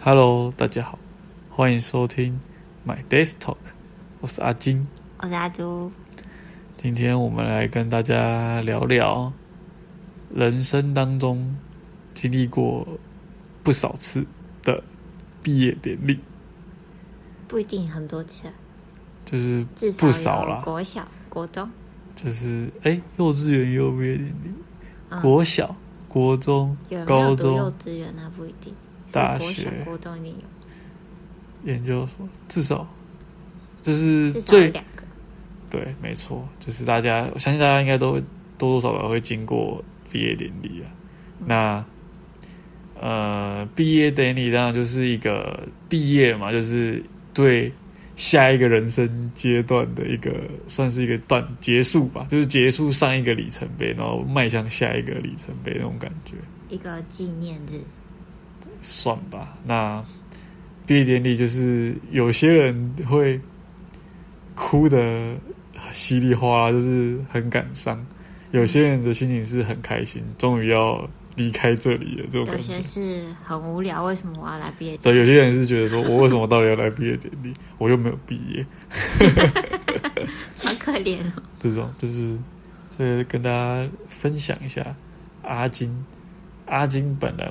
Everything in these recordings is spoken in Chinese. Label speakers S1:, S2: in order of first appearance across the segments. S1: Hello，大家好，欢迎收听 My Desk Talk，我是阿金。
S2: 我是阿朱。
S1: 今天我们来跟大家聊聊人生当中经历过不少次的毕业典礼，
S2: 不一定很多次，
S1: 就是
S2: 至少
S1: 不少
S2: 有
S1: 啦，
S2: 国小、国中，
S1: 就是哎，幼稚园也有毕业典礼，
S2: 嗯、
S1: 国小、国中
S2: 有、没
S1: 高
S2: 有读
S1: 中、
S2: 幼稚园那不一定，是
S1: 大
S2: 国小
S1: 学、
S2: 国中一定有，
S1: 研究所，至少就是
S2: 至少有
S1: 最
S2: 两个。
S1: 对，没错，就是大家，我相信大家应该都会多多少少会经过毕业典礼啊。那呃，毕业典礼当然就是一个毕业嘛，就是对下一个人生阶段的一个算是一个段结束吧，就是结束上一个里程碑，然后迈向下一个里程碑那种感觉，
S2: 一个纪念日，
S1: 算吧。那毕业典礼就是有些人会哭的稀里哗啦，就是很感伤；有些人的心情是很开心，终于要离开这里了这种感
S2: 有
S1: 觉
S2: 些。是很无聊，为什么我要来毕业典
S1: 对，
S2: 礼？
S1: 有些人是觉得说，我为什么到底要来毕业典礼？我又没有毕业，
S2: 好可怜哦。
S1: 这种就是，所以跟大家分享一下阿金。阿金本来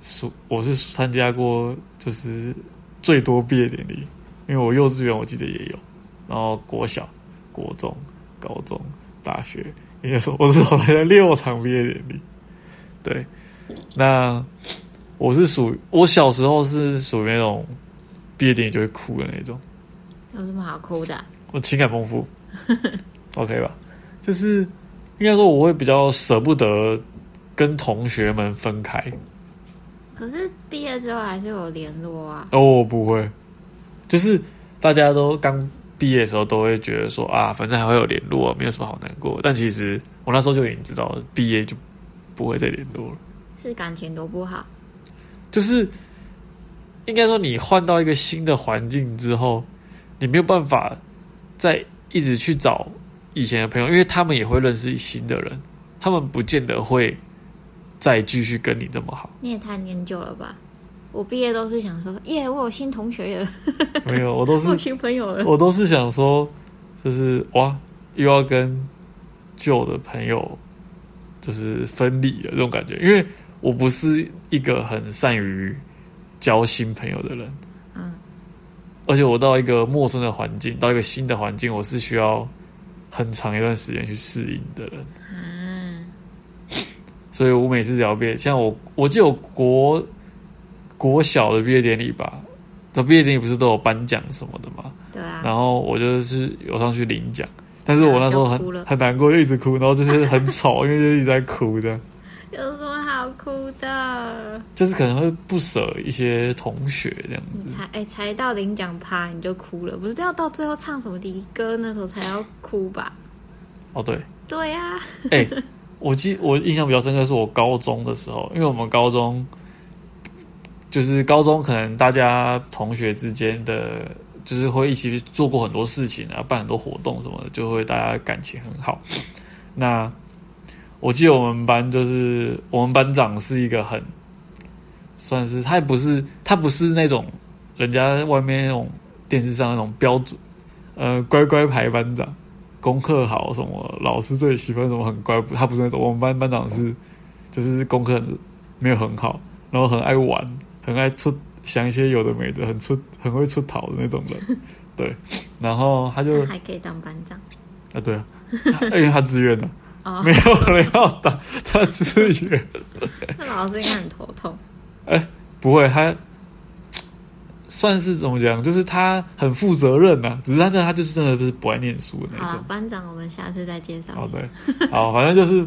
S1: 是我是参加过，就是最多毕业典礼，因为我幼稚园我记得也有，然后国小、国中、高中、大学，也就是我至少参加六场毕业典礼。对，那我是属于我小时候是属于那种毕业典礼就会哭的那种。
S2: 有什么好哭的啊？
S1: 我情感丰富，OK 吧？就是应该说我会比较舍不得跟同学们分开。
S2: 可是毕业之后还是有联络啊。
S1: 哦，我不会，就是大家都刚毕业的时候都会觉得说啊，反正还会有联络，没有什么好难过。但其实我那时候就已经知道，毕业就不会再联络了。
S2: 是感情多不好，
S1: 就是应该说，你换到一个新的环境之后，你没有办法再一直去找以前的朋友，因为他们也会认识新的人，他们不见得会再继续跟你这么好。
S2: 你也太念旧了吧？我毕业都是想说，耶，我有新同学了，
S1: 没有，我都
S2: 我有
S1: 是
S2: 新朋友了。
S1: 我都是想说，就是哇，又要跟旧的朋友就是分离了这种感觉，因为我不是一个很善于交新朋友的人。
S2: 嗯，
S1: 而且我到一个陌生的环境，到一个新的环境，我是需要很长一段时间去适应的人。
S2: 嗯，
S1: 所以我每次只要毕业，像我，我记得我国国小的毕业典礼吧，的毕业典礼不是都有颁奖什么的嘛，
S2: 对啊。
S1: 然后我就是有上去领奖，但是我那时候
S2: 啊就哭
S1: 很
S2: 了
S1: 很难过，就一直哭，然后就是很吵，因为就一直在哭这样。
S2: 有什么好哭的？
S1: 就是可能会不舍一些同学这样
S2: 你
S1: 子，
S2: 才哎、才到领奖趴你就哭了，不是要到最后唱什么离歌那时候才要哭吧？
S1: 哦对，
S2: 对呀、啊，
S1: 哎、我记我印象比较深刻是我高中的时候，因为我们高中就是高中可能大家同学之间的，就是会一起做过很多事情啊，办很多活动什么的，就会大家感情很好。那我记得我们班就是我们班长是一个很算是他也不是他不是那种人家外面那种电视上那种标准呃乖乖牌班长。功课好，什么老师最喜欢什么很乖，他不是那种。我们班班长是，就是功课很没有很好，然后很爱玩，很爱出想一些有的没的，很出很会出逃的那种人。 对，然后他就
S2: 还可以当班长
S1: 啊，对啊，他因为他自愿的、
S2: 哦
S1: 没。有人要打，他自愿。
S2: 那老师应该很头痛。
S1: 不会，他算是怎么讲，就是他很负责任呐、啊只是他那他就是真的不是不爱念书的那
S2: 好
S1: 种
S2: 了。，班长，我们下次再介绍
S1: 好
S2: 你。
S1: 的，哦好，反正就是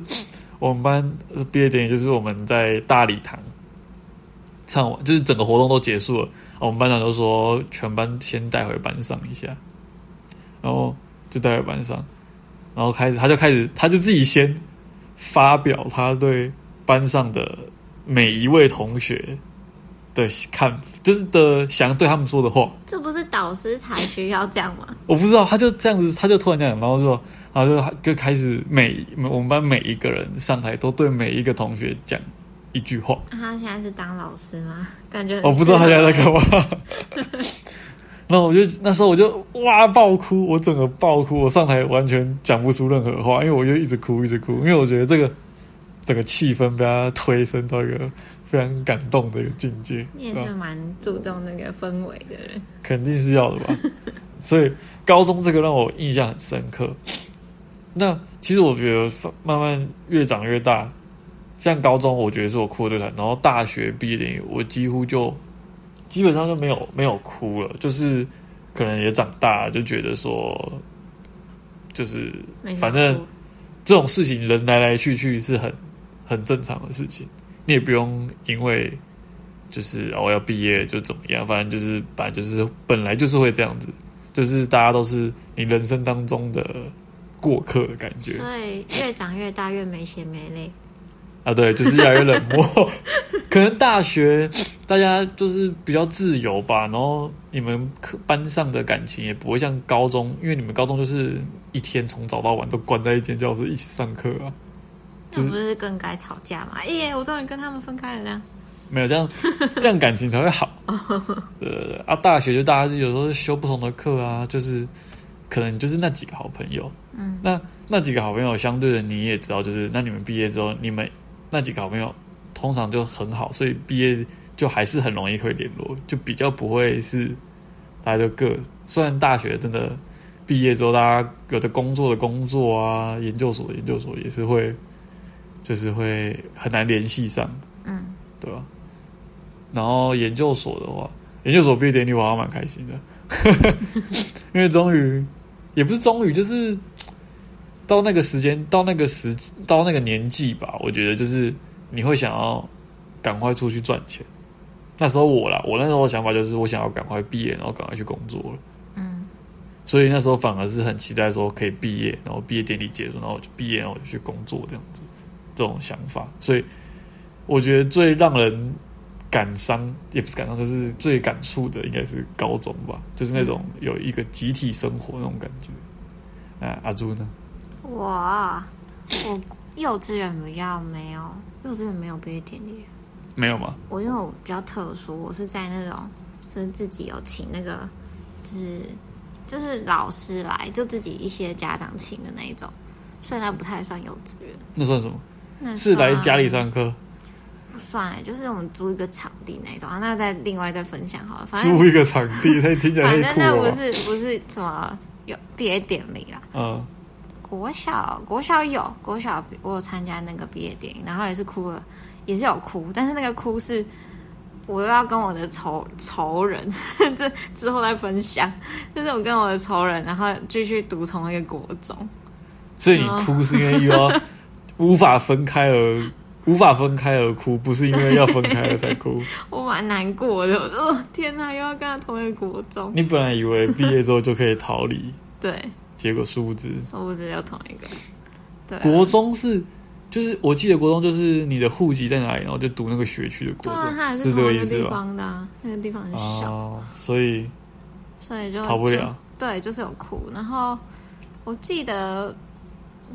S1: 我们班呃毕业典礼，就是我们在大礼堂唱完，就是整个活动都结束了，哦我们班长就说全班先带回班上一下，然后就带回班上，然后开始他就开始他就自己先发表他对班上的每一位同学的看，就是的想对他们说的话。
S2: 这不是导师才需要这样吗？
S1: 我不知道，他就这样子，他就突然这样，然后就，然后就就开始每我们班每一个人上台都对每一个同学讲一句话。
S2: 那他现在是当老师吗？感觉很哦
S1: 我哦不知道他现在在
S2: 适合
S1: 干嘛。 那我就那时候我就哇爆哭，我整个爆哭，我上台完全讲不出任何话，因为我就一直哭一直哭，因为我觉得这个整个气氛被他推升到一个非常感动的一个境界。
S2: 你也
S1: 对吧
S2: 是蛮注重那个氛围的人。
S1: 肯定是要的吧。所以高中这个让我印象很深刻。那其实我觉得发慢慢越长越大，像高中我觉得是我哭的最惨，然后大学毕业典礼我几乎就基本上就没有没有哭了，就是可能也长大了就觉得说，就是
S2: 没想
S1: 反正
S2: 过
S1: 这种事情人来来去去是很很正常的事情，你也不用因为就是哦要毕业就怎么样，反正就是本来就是本来就是会这样子，就是大家都是你人生当中的过客的感觉
S2: 所以越长越大越没血没泪。
S1: 啊，对，就是越来越冷漠。 可能大学大家就是比较自由吧，然后你们课班上的感情也不会像高中，因为你们高中就是一天从早到晚都关在一间教室一起上课啊。就
S2: 那
S1: 是
S2: 不是更该吵架吗？耶、我终于跟他们分开了这样。
S1: 没有这样，这样感情才会好。对对对啊，大学就大家就有时候修不同的课啊，就是可能就是那几个好朋友。
S2: 嗯，
S1: 那那几个好朋友，相对的你也知道，就是那你们毕业之后，你们那几个好朋友通常就很好，所以毕业就还是很容易会联络，就比较不会是大家就各。虽然大学真的毕业之后，大家有的工作的工作啊，研究所的研究所也是会，就是会很难联系上。
S2: 嗯，
S1: 对吧？然后研究所的话，研究所毕业典礼我还蛮开心的， 因为终于也不是终于，就是到那个时间，到那个时，到那个年纪吧，我觉得就是你会想要赶快出去赚钱。那时候我啦，我那时候的想法就是我想要赶快毕业，然后赶快去工作了。
S2: 嗯，
S1: 所以那时候反而是很期待说可以毕业，然后毕业典礼结束，然后我就毕业，然后我就去工作这样子，这种想法。所以我觉得最让人感伤，也不是感伤，就是最感触的应该是高中吧，就是那种有一个集体生活那种感觉。那阿朱呢？
S2: 我啊我幼稚园比较没有，幼稚园没有毕业典礼。
S1: 没有吗？
S2: 我因为我比较特殊，我是在那种就是自己有请那个就是就是老师来，就自己一些家长请的那一种，所以那不太算幼稚园。
S1: 那算什么？
S2: 那
S1: 是来家里
S2: 算啊
S1: 上课，
S2: 不算欸，就是我们租一个场地那一种啊，那再另外再分享好了。反正
S1: 租一个哦场地，那听起来
S2: 反
S1: 太
S2: 正
S1: 酷
S2: 啊那
S1: 了
S2: 不
S1: 吧？
S2: 是不是什么有毕业典礼啦，
S1: 嗯，
S2: 国小国小有国小我有参加那个毕业典礼，然后也是哭了，也是有哭，但是那个哭是我又要跟我的仇仇人， 这之后再分享，就是我跟我的仇人，然后继续读同一个国中，
S1: 所以你哭是因为又要无法分开而无法分开而哭，不是因为要分开了才哭。
S2: 我蛮难过的，我就哦天哪，又要跟他同一个国中，
S1: 你本来以为毕业之后就可以逃离，
S2: 对，
S1: 结果殊不知，
S2: 说不定要同一个，对啊、
S1: 国中是就是我记得国中就是你的户籍在哪里，然后就读那个学区的国
S2: 对啊，他
S1: 中，
S2: 还
S1: 这
S2: 同
S1: 个
S2: 一
S1: 意
S2: 个
S1: 思
S2: 地
S1: 吧？
S2: 方的、啊，那个地方很小，哦
S1: 哦，所以
S2: 所以就
S1: 逃不
S2: 就
S1: 了
S2: 对，就是有哭。然后我记得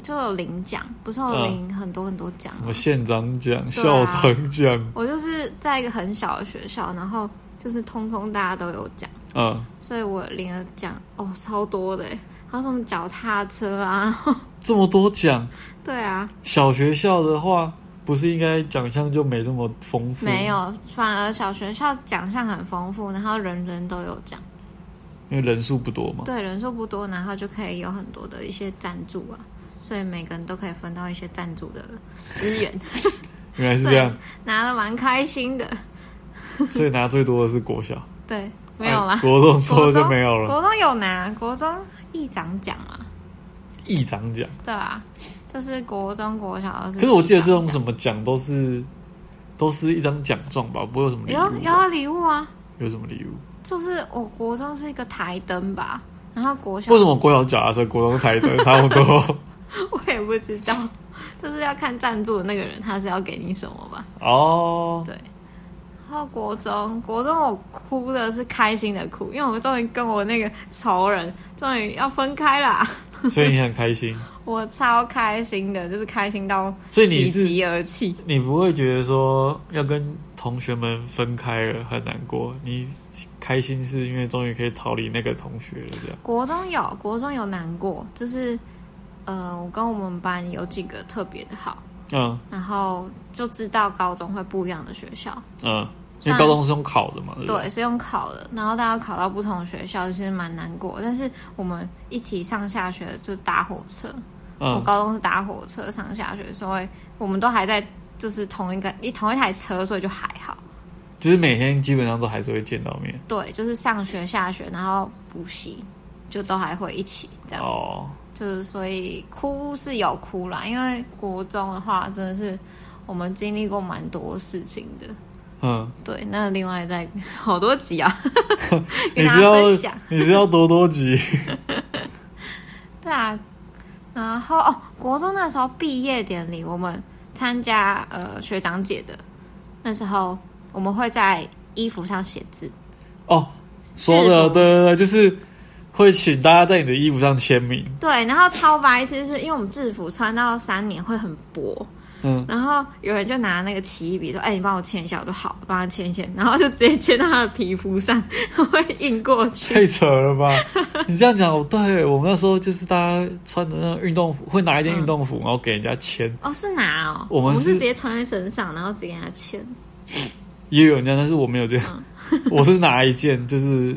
S2: 就有领奖，不是有
S1: 嗯
S2: 领很多很多奖
S1: 什
S2: 吗、
S1: 么县长奖、
S2: 对
S1: 校
S2: 啊
S1: 长奖，
S2: 我就是在一个很小的学校，然后就是通通大家都有奖，
S1: 嗯，
S2: 所以我领了奖哦，超多的耶，还有什么脚踏车啊， 然后
S1: 这么多奖，
S2: 对啊，
S1: 小学校的话。不是应该奖项就没这么丰富？
S2: 没，有，反而小学校奖项很丰富，然后人人都有奖，
S1: 因为人数不多嘛。
S2: 对，人数不多，然后就可以有很多的一些赞助啊。所以每个人都可以分到一些赞助的资源，
S1: 原来是这 样，
S2: 拿的蛮开心的。
S1: 所以拿最多的是国小，
S2: 对，没有
S1: 哎
S2: 啦。
S1: 国中之后
S2: 国
S1: 就
S2: 中
S1: 没有了。
S2: 国中有拿国中议长奖嘛？
S1: 议长奖，
S2: 对啊，就是国中、国小都是。
S1: 可是我记得这种
S2: 么
S1: 什么奖都是都是一张奖状吧，不会有什么礼
S2: 有
S1: 物
S2: 有
S1: 吧。
S2: 啊礼物啊，
S1: 有什么礼物？
S2: 就是我国中是一个台灯吧，然后国小
S1: 为什么国小脚踏车、国中台灯差不多？
S2: 我也不知道，就是要看赞助的那个人他是要给你什么吧。
S1: 哦，
S2: 对，然后国中，国中我哭的是开心的哭，因为我终于跟我那个仇人终于要分开啦，
S1: 所以你很开心，
S2: 我超开心的，就是开心到
S1: 所以你
S2: 喜
S1: 是
S2: 极而泣。
S1: 你不会觉得说要跟同学们分开了很难过，你开心是因为终于可以逃离那个同学了，这样。
S2: 国中有，国中有难过，就是呃，我跟我们班有几个特别的好，
S1: 嗯
S2: 然后就知道高中会不一样的学校，
S1: 嗯，因为高中是用考的嘛，对不对
S2: 对，是用考的，然后大家考到不同的学校，其实蛮难过。但是我们一起上下学就搭火车，我
S1: 嗯
S2: 高中是搭火车上下学，所以我们都还在就是同一个一同一台车，所以就还好。
S1: 就是每天基本上都还是会见到面。
S2: 对，就是上学下学，然后补习就都还会一起这样。
S1: 哦，
S2: 就是所以哭是有哭啦，因为国中的话真的是我们经历过蛮多事情的。
S1: 嗯，
S2: 对，那另外再好多集啊，跟
S1: 你
S2: 大
S1: 是
S2: 家
S1: 要
S2: 分享。
S1: 你是要多多集
S2: 对啊，然后哦，国中那时候毕业典礼，我们参加呃学长姐的，那时候我们会在衣服上写字，
S1: 哦，说
S2: 制
S1: 的
S2: 服
S1: 对对对，就是会请大家在你的衣服上签名。
S2: 对，然后超白痴，是因为我们制服穿到三年会很薄，
S1: 嗯，
S2: 然后有人就拿那个奇异笔说：“哎、你帮我签一下。”我就好，帮他签一签，然后就直接签到他的皮肤上， 会印过去。
S1: 太扯了吧！ 你这样讲，我对我们那时候就是大家穿的那种运动服，会拿一件运动服，
S2: 嗯
S1: 然后给人家签，
S2: 哦，是拿哦，
S1: 我们
S2: 是
S1: 是
S2: 直接穿在身上，然后直接给他签。
S1: 也有人家，但是我没有这
S2: 嗯
S1: 样， 我是拿一件，就是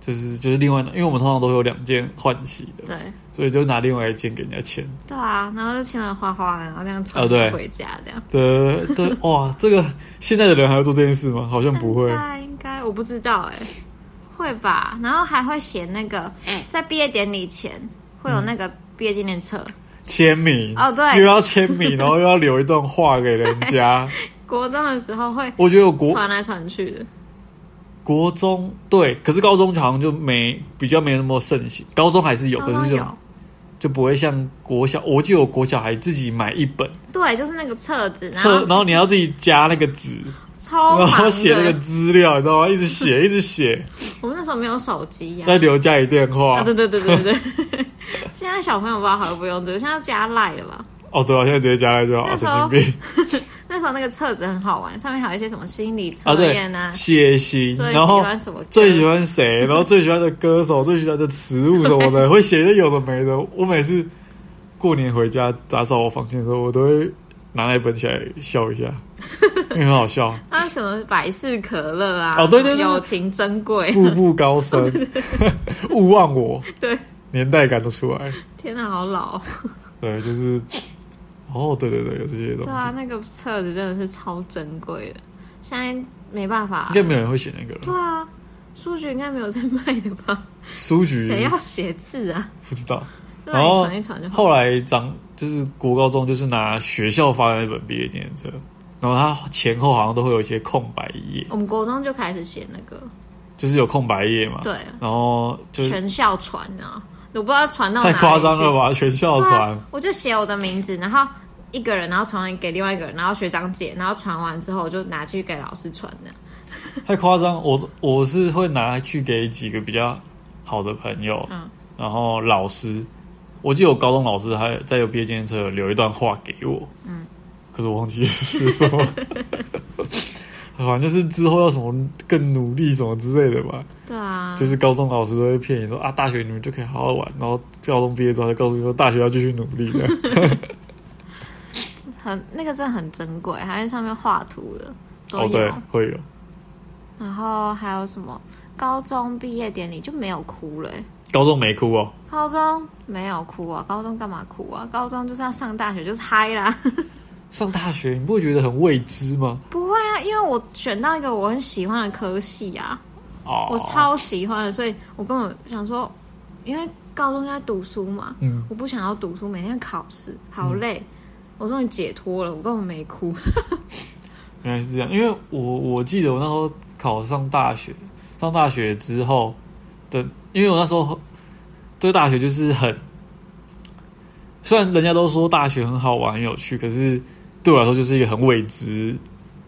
S1: 就是就是另外拿，因为我们通常都会有两件换洗的，
S2: 对
S1: 所以就拿另外一件给人家签。
S2: 对啊，然后就签了花花，然后这样穿
S1: 哦对
S2: 回家这样。
S1: 对对， 哇，这个现在的人还会做这件事吗？好像不会
S2: 现。在应该我不知道哎、会吧？然后还会写那个
S1: 哎
S2: 在毕业典礼前会有那个
S1: 嗯
S2: 毕业纪念册。
S1: 签名
S2: 哦对
S1: 又要签名，然后又要留一段话给人家。
S2: 国中的时候会
S1: 我觉得我国
S2: 传来传去的，
S1: 国中对，可是高中好像就没比较没那么盛行，高中还是有，
S2: 高
S1: 可
S2: 中
S1: 是就
S2: 有
S1: 就不会像国小，我记得我国小还自己买一本
S2: 对，就是那个册子，然
S1: 册，
S2: 后
S1: 然后你要自己加那个纸，
S2: 超
S1: 然
S2: 忙
S1: 后
S2: 的。
S1: 写那个资料，你知道吗？一直写， 一直写，
S2: 我们那时候没有手机呀、
S1: 再留家里电
S2: 啊。
S1: 话
S2: 对。对对对对对。 现在小朋友不知道还会不会用这个，现在要加赖了吧？
S1: 哦，对啊，现在直接加来就好，
S2: 那时
S1: 神
S2: 候
S1: 经病
S2: 那时候那个册子很好玩，上面还有一些什么心理测
S1: 啊！
S2: 验
S1: 对
S2: 啊，，
S1: 血型，
S2: 最喜
S1: 然后
S2: 欢什么歌，
S1: 最喜欢谁，然后最喜欢的歌手，最喜欢的食物什么 的，会写些有的没的。我每次过年回家打扫我房间的时候，我都会拿那本起来笑一下，因为很好 笑。
S2: 啊什么百事可乐啊，
S1: 哦对对对
S2: 友情珍贵，
S1: 步步高升， 勿忘我，
S2: 对，
S1: 年代感都出来。
S2: 天哪，好老哦。
S1: 对，就是，哦，对对对，有这些东
S2: 对
S1: 西，
S2: 啊，那个册子真的是超珍贵的，现在没办法、
S1: 应该没有人会写那个了。
S2: 对啊，书局应该没有在卖了吧？
S1: 书局
S2: 谁要写字啊？
S1: 不知道。
S2: 那
S1: 嗯然
S2: 你
S1: 后
S2: 传一传就好。
S1: 后来长就是国高中就是拿学校发的那本毕业纪念册，然后它前后好像都会有一些空白页，
S2: 我们国中就开始写那个，
S1: 就是有空白页嘛。
S2: 对，啊
S1: 然后就是
S2: 全校传啊，我不知道传到
S1: 太
S2: 哪里
S1: 夸张了
S2: 去？
S1: 吧，全校
S2: 对
S1: 传。
S2: 啊，我就写我的名字，然后一个人，然后传给另外一个人，然后学长姐，然后传完之后我就拿去给老师传的。
S1: 太夸张，我我是会拿去给几个比较好的朋友，
S2: 嗯
S1: 然后老师，我记得我高中老师还在有毕业纪念册有留一段话给我，嗯，可是我忘记是什 么，好像就是之后要什么更努力什么之类的吧，
S2: 对啊，
S1: 就是高中老师都会骗你说啊，大学你们就可以好好玩，然后高中毕业之后就告诉你说大学要继续努力的，
S2: 很那个真的很珍贵，还在上面画图的 都有。
S1: 哦对，会有
S2: 然后还有什么？高中毕业典礼就没有哭了欸、
S1: 高中没哭哦，
S2: 高中没有哭啊，高中干嘛哭啊？高中就是要上大学，就是嗨啦。
S1: 上大学你不会觉得很未知吗？
S2: 不会啊，因为我选到一个我很喜欢的科系啊，
S1: 哦，
S2: 我超喜欢的，所以我根本想说，因为高中就在读书嘛，
S1: 嗯。
S2: 我不想要读书，每天考试好累，我终于解脱了，我根本没哭。
S1: 原来是这样，因为我我记得我那时候考上大学，上大学之后的，因为我那时候对大学就是很，虽然人家都说大学很好玩很有趣，可是对我来说就是一个很未知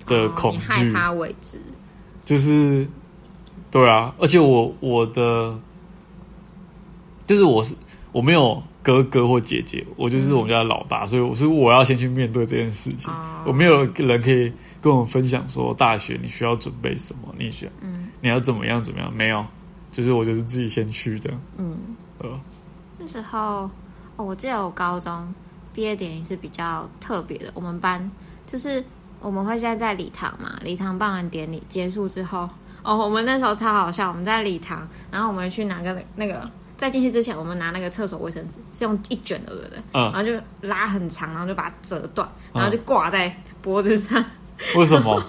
S1: 的
S2: 哦
S1: 恐
S2: 你害
S1: 惧，
S2: 怕未知，
S1: 就是对啊，而且我我的就是我是我没有哥哥或姐姐，我就是我们家的老大，所以我是我要先去面对这件事情。
S2: 哦
S1: 我没有人可以跟我分享说大学你需要准备什么，你需要
S2: 嗯
S1: 你要怎么样怎么样，没有，就是我就是自己先去的，
S2: 嗯，
S1: 呃，
S2: 那时候、哦、我记得我高中毕业典礼是比较特别的，我们班就是我们会先在礼堂嘛，礼堂办完典礼结束之后，哦，我们那时候超好笑，我们在礼堂，然后我们去拿个那个。在进去之前，我们拿那个厕所卫生纸，是用一卷的，对不对？
S1: 嗯
S2: 然后就拉很长，然后就把它折断，然后就挂在脖子上，
S1: 为什么？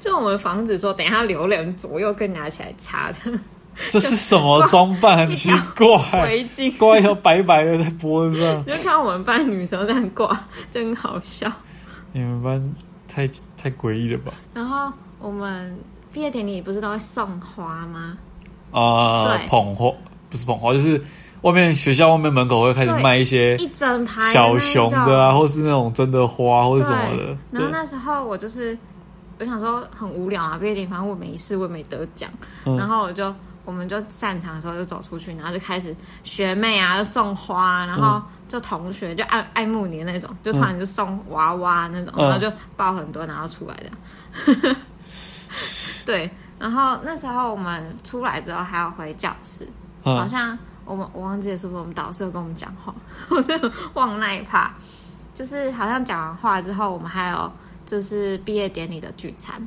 S2: 就我们防止说，等一下流泪，我们左右各拿起来擦的
S1: 这是什么装扮？很奇怪，
S2: 围巾。
S1: 挂一条白白的在脖子上。
S2: 你 就看到我们班女生这样挂，就很好笑。
S1: 你们班太太诡异了吧？
S2: 然后我们毕业典礼不是都会送花吗？
S1: 啊、
S2: 对
S1: 捧花不是捧花，就是外面学校外面门口会开始
S2: 对
S1: 卖一些
S2: 一整排的
S1: 小
S2: 那一
S1: 熊
S2: 种
S1: 的啊，或是那种真的花或
S2: 对
S1: 是什么的。
S2: 然后那时候我就是，我想说很无聊啊，毕业典礼反正我没事，我也没得奖，
S1: 嗯
S2: 然后我就。我们就散场的时候就走出去，然后就开始学妹啊就送花，然
S1: 嗯
S2: 后就同学就爱爱慕你的那种，就突然就送娃娃那种，
S1: 嗯
S2: 然后就抱很多，然后出来的。 对，然后那时候我们出来之后还要回教室，好
S1: 嗯
S2: 像我们我忘记了是不是我们导师有跟我们讲话， 我真的忘那一趴，就是好像讲完话之后，我们还有就是毕业典礼的聚餐。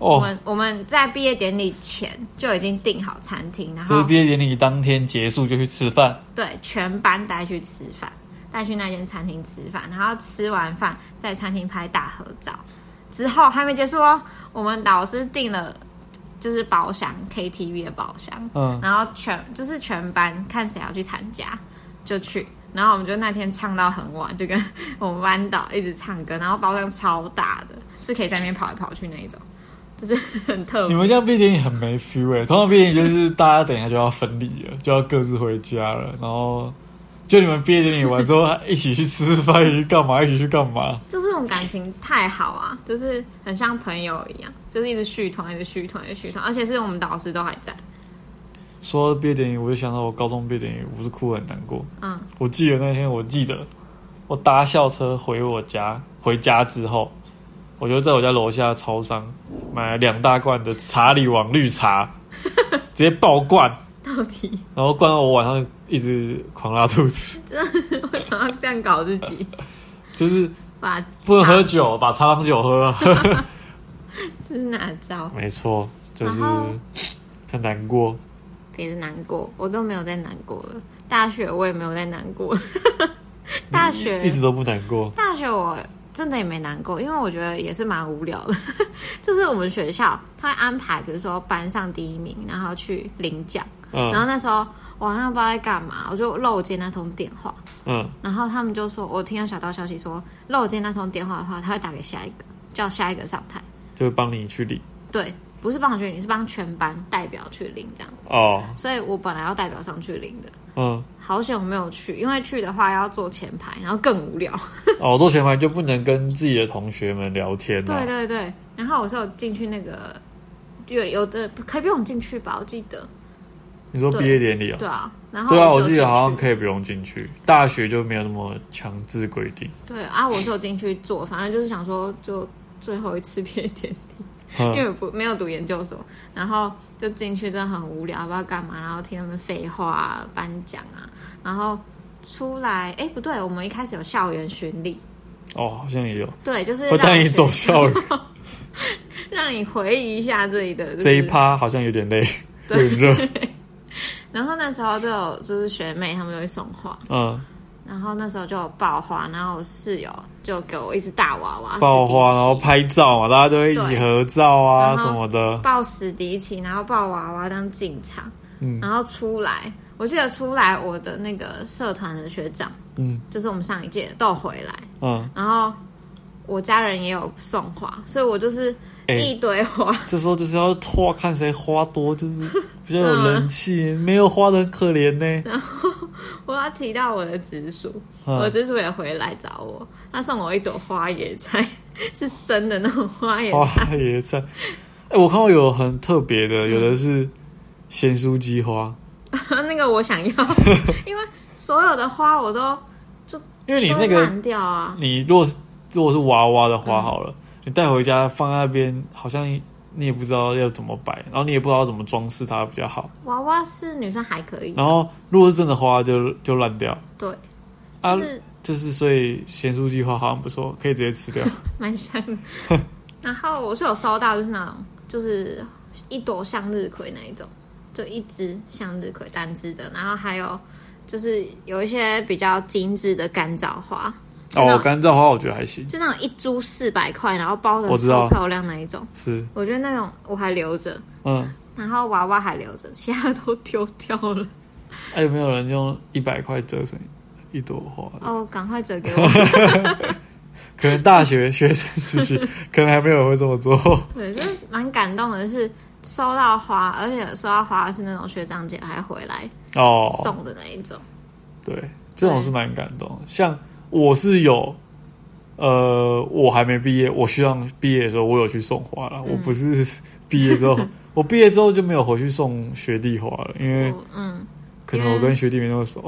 S2: 我
S1: 哦，
S2: 们我们在毕业典礼前就已经订好餐厅，然
S1: 就是
S2: 后
S1: 毕业典礼当天结束就去吃饭，
S2: 对全班带去吃饭，带去那间餐厅吃饭，然后吃完饭在餐厅拍大合照。之后还没结束哦，我们导师订了就是包厢 KTV 的包厢，
S1: 嗯，
S2: 然后全就是全班看谁要去参加就去，然后我们就那天唱到很晚，就跟我们班导一直唱歌，然后包厢超大的，是可以在那边跑来跑去那一种，就是很特
S1: 你
S2: 别。
S1: 们这样毕业典礼很没 feel 哎、通常毕业典礼就是大家等一下就要分离了，就要各自回家了，然后就你们毕业典礼完之后还一起去吃饭，一起去干嘛，一起去干嘛？
S2: 就这种感情太好啊，就是很像朋友一样，就是一直续团，一直续团，一直续团，而且是我们导师都还在。
S1: 说到毕业典礼，我就想到我高中毕业典礼，我是哭得很难过。
S2: 嗯，
S1: 我记得那天，我记得我搭校车回我家，回家之后，我就在我家楼下超商买了两大罐的查理王绿 茶，直接爆灌，
S2: 到底
S1: 然后灌到我晚上一直狂拉肚子，
S2: 为什么要这样搞自己？
S1: 就是
S2: 把
S1: 不能喝酒，把茶当酒喝啊。
S2: 是哪招？
S1: 没错，就是
S2: 然后
S1: 很难过。
S2: 别难过，我都没有再难过了。大学我也没有再难过了，大学
S1: 一直都不难过，
S2: 大学我真的也没难过，因为我觉得也是蛮无聊的。 就是我们学校他会安排，比如说班上第一名，然后去领奖。
S1: 嗯
S2: 然后那时候我好像不知道在干嘛，我就漏接那通电话，
S1: 嗯，
S2: 然后他们就说，我听到小道消息说，漏接那通电话的话，他会打给下一个，叫下一个上台。
S1: 就帮你去理
S2: 对，不是帮我去领，是帮全班代表去领这样子。
S1: 哦，
S2: 所以我本来要代表上去领的，
S1: 嗯。
S2: 好险我没有去，因为去的话要坐前排，然后更无聊。
S1: 哦，做前排就不能跟自己的同学们聊天啊了、
S2: 对对对，然后我是有进去那个，有有的可以不用进去吧，我记得。
S1: 你说毕业典礼啊、
S2: 对啊，然后
S1: 对啊，
S2: 我
S1: 我
S2: 是有
S1: 记
S2: 进
S1: 得好像
S2: 去
S1: 可以不用进去，大学就没有那么强制规定。
S2: 对啊，我是有进去做，反正就是想说就最后一次毕业典礼，因
S1: 嗯
S2: 为我不没有读研究所，然后就进去真的很无聊，不知道干嘛，然后听他们废话啊、颁奖啊，然后出来，哎不对，我们一开始有校园巡礼，
S1: 哦，好像也有
S2: 对，就是
S1: 会带
S2: 让
S1: 你走
S2: 去
S1: 校园
S2: 让你回忆一下这里的、就是、
S1: 这一趴，好像有点累，有点热。
S2: 然后那时候就有就是学妹她们就会送花，
S1: 嗯，
S2: 然后那时候就有爆花，然后我室友就给我一只大娃娃，
S1: 爆花，然
S2: 史迪奇
S1: 后拍照嘛，大家都会一起
S2: 对
S1: 合照啊
S2: 然后
S1: 什么的。
S2: 抱史迪奇，然后抱娃娃当进场，
S1: 嗯
S2: 然后出来，我记得出来我的那个社团的学长，
S1: 嗯
S2: 就是我们上一届的都有回来，
S1: 嗯，
S2: 然后我家人也有送花，所以我就是
S1: 哎
S2: 一堆花，
S1: 这时候就是要花，看谁花多，就是比 较
S2: 嗯
S1: 有人气。没有花的很可怜呢。
S2: 我要提到我的直属，我
S1: 嗯，
S2: 直属也回来找我，他送我一朵花野菜，是生的那种花野菜，
S1: 花椰菜。哎、我看过有很特别的，有的是咸酥鸡花，
S2: 那个我想要，因为所有的花我都
S1: 因为你
S2: 都嗯
S1: 那个
S2: 烂掉啊，
S1: 你如果是如果是娃娃的花好了，你带回家放在那边，好像你也不知道要怎么摆，然后你也不知道怎么装饰它比较好。
S2: 娃娃是女生还可以，
S1: 然后如果是真的花就就烂掉
S2: 对，
S1: 啊
S2: 就，是
S1: 就是所以咸酥鸡花好像不错，可以直接吃 掉。啊
S2: 蛮香的。 然后我是有收到，就是那种就是一朵向日葵那一种，就一只向日葵单只的，然后还有就是有一些比较精致的干燥花，就那
S1: 哦，
S2: 种、
S1: 干燥花我觉得还行，
S2: 就那种一株四百块，然后包的
S1: 我知道
S2: 超漂亮那一种，
S1: 是
S2: 我觉得那种我还留着，
S1: 嗯。
S2: 然后娃娃还留着，其他的都丢掉 了。
S1: 还、哎有没有人用一百块折成一朵花？
S2: 哦，赶快折给我。
S1: 可能大学学生时期，可能还没有人会这么做。
S2: 对，就是蛮感动的是收到花，而且收到花是那种学长姐还回来
S1: 哦，
S2: 送的那一种。
S1: 对，这种是蛮感动的。像我是有，呃，我还没毕业，我希望毕业的时候我有去送花了。我不是毕业之后，我毕业之后就没有回去送学弟花了，因为
S2: 我嗯，
S1: 可能我跟学弟没那么熟。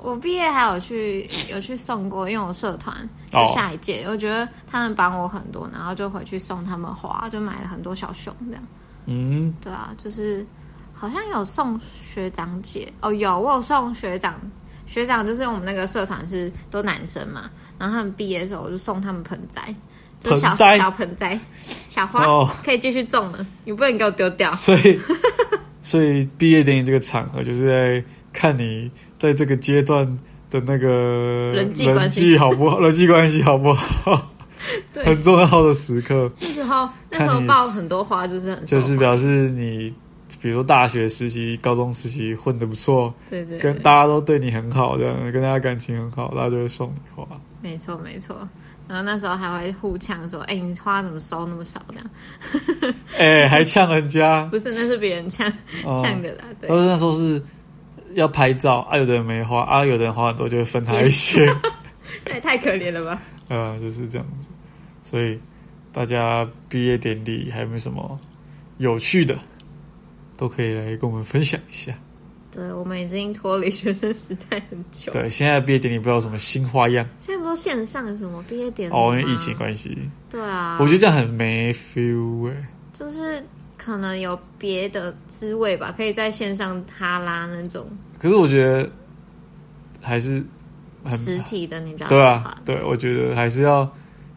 S2: 我毕业还有去有去送过，因为我社团
S1: 哦
S2: 就下一届，我觉得他们帮我很多，然后就回去送他们花，就买了很多小熊这样。
S1: 嗯，
S2: 对啊，就是好像有送学长姐哦，有我有送学长，学长就是我们那个社团是都男生嘛，然后他们毕业的时候我就送他们盆栽，就是小
S1: 盆栽
S2: 小盆栽小花、
S1: 哦，
S2: 可以继续种了，你不能给我丢掉。
S1: 所以所以毕业典礼这个场合，就是在看你在这个阶段的那个
S2: 人际关系
S1: 人际好不好，人 际关系好不好，
S2: 对
S1: 很，重要的时刻。
S2: 那时候那时候
S1: 看你
S2: 爆很多花，就是很
S1: 就是
S2: 受欢
S1: 表示你，比如说大学时期、高中时期混得不错，
S2: 迎对对
S1: 跟
S2: 对，
S1: 大家都对你很好，这样跟大家感情很好，大家就会送你花。
S2: 没错没错。然后那时候还会互呛说：“哎、你花怎么收那么少？”这样
S1: 哎、 还呛人家，
S2: 不是，那是别人呛
S1: 哦、
S2: 呛的啦。对
S1: 然，后那时候是要拍照，啊，有的人没花，啊，有的人花很多，就会分他一 些，
S2: 那也太可怜了吧？
S1: 呃，就是这样子。所以大家毕业典礼还有没有什么有趣的，都可以来跟我们分享一下。
S2: 对，我们已经脱离学生时代很久。
S1: 对，现在毕业典礼不知道有什么新花样
S2: 现在不是线上什么毕业典礼
S1: 哦，因为
S2: 吗
S1: 疫情。关系，
S2: 对啊，
S1: 我觉得这样很没 feel 哎、
S2: 就是可能有别的滋味吧，可以在线上哈拉那种
S1: 可是我觉得还是
S2: 实
S1: 很
S2: 体的，你比较喜
S1: 对
S2: 欢。
S1: 啊，对，我觉得还是要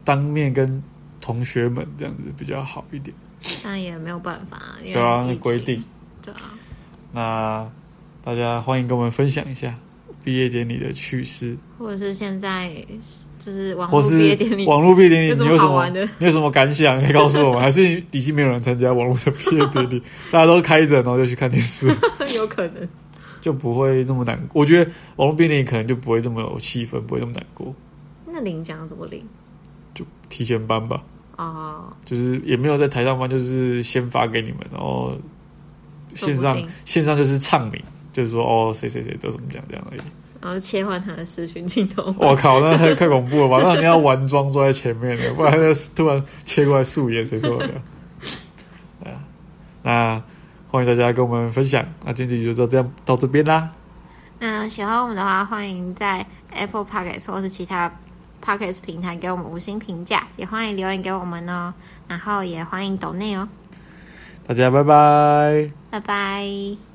S1: 当面跟同学们这样子比较好一点，
S2: 但也没有办法，因为
S1: 对啊，
S2: 疫
S1: 那
S2: 情
S1: 规定。。
S2: 对啊，
S1: 那大家欢迎跟我们分享一下毕业典礼的趣事，
S2: 或者是现在就是网
S1: 或
S2: 络
S1: 是
S2: 毕业典礼，
S1: 网络毕业典礼
S2: 有什
S1: 你
S2: 么
S1: 有什
S2: 好
S1: 么
S2: 玩的
S1: 你有什么感想可 以告诉我们？还是已经没有人参加网络的毕业典 礼，大家都开着然后就去看电视，
S2: 有可能。
S1: 就不会那么难。我觉得网络毕业典礼可能就不会这么有气氛，不会那么难过，
S2: 那领奖怎么领？
S1: 就提前班吧。
S2: 哦，
S1: 就是也没有在台上班，就是先发给你们，然后线上
S2: 说不定
S1: 线上就是唱名，就是说哦谁谁谁得什么奖这样而已。
S2: 然后切换他的视讯镜头。
S1: 我靠，那太太恐怖了吧？那你要玩妆坐在前面的， 不然就突然切过来素颜，谁受得了？ 对啊，那欢迎大家跟我们分享。那今天这集就到这样到这边啦。
S2: 那喜欢我们的话，欢迎在 Apple Podcast 或是其他 Podcast 平台给我们五星评价，也欢迎留言给我们哦。然后也欢迎抖内哦，
S1: 大家拜拜。
S2: 拜拜。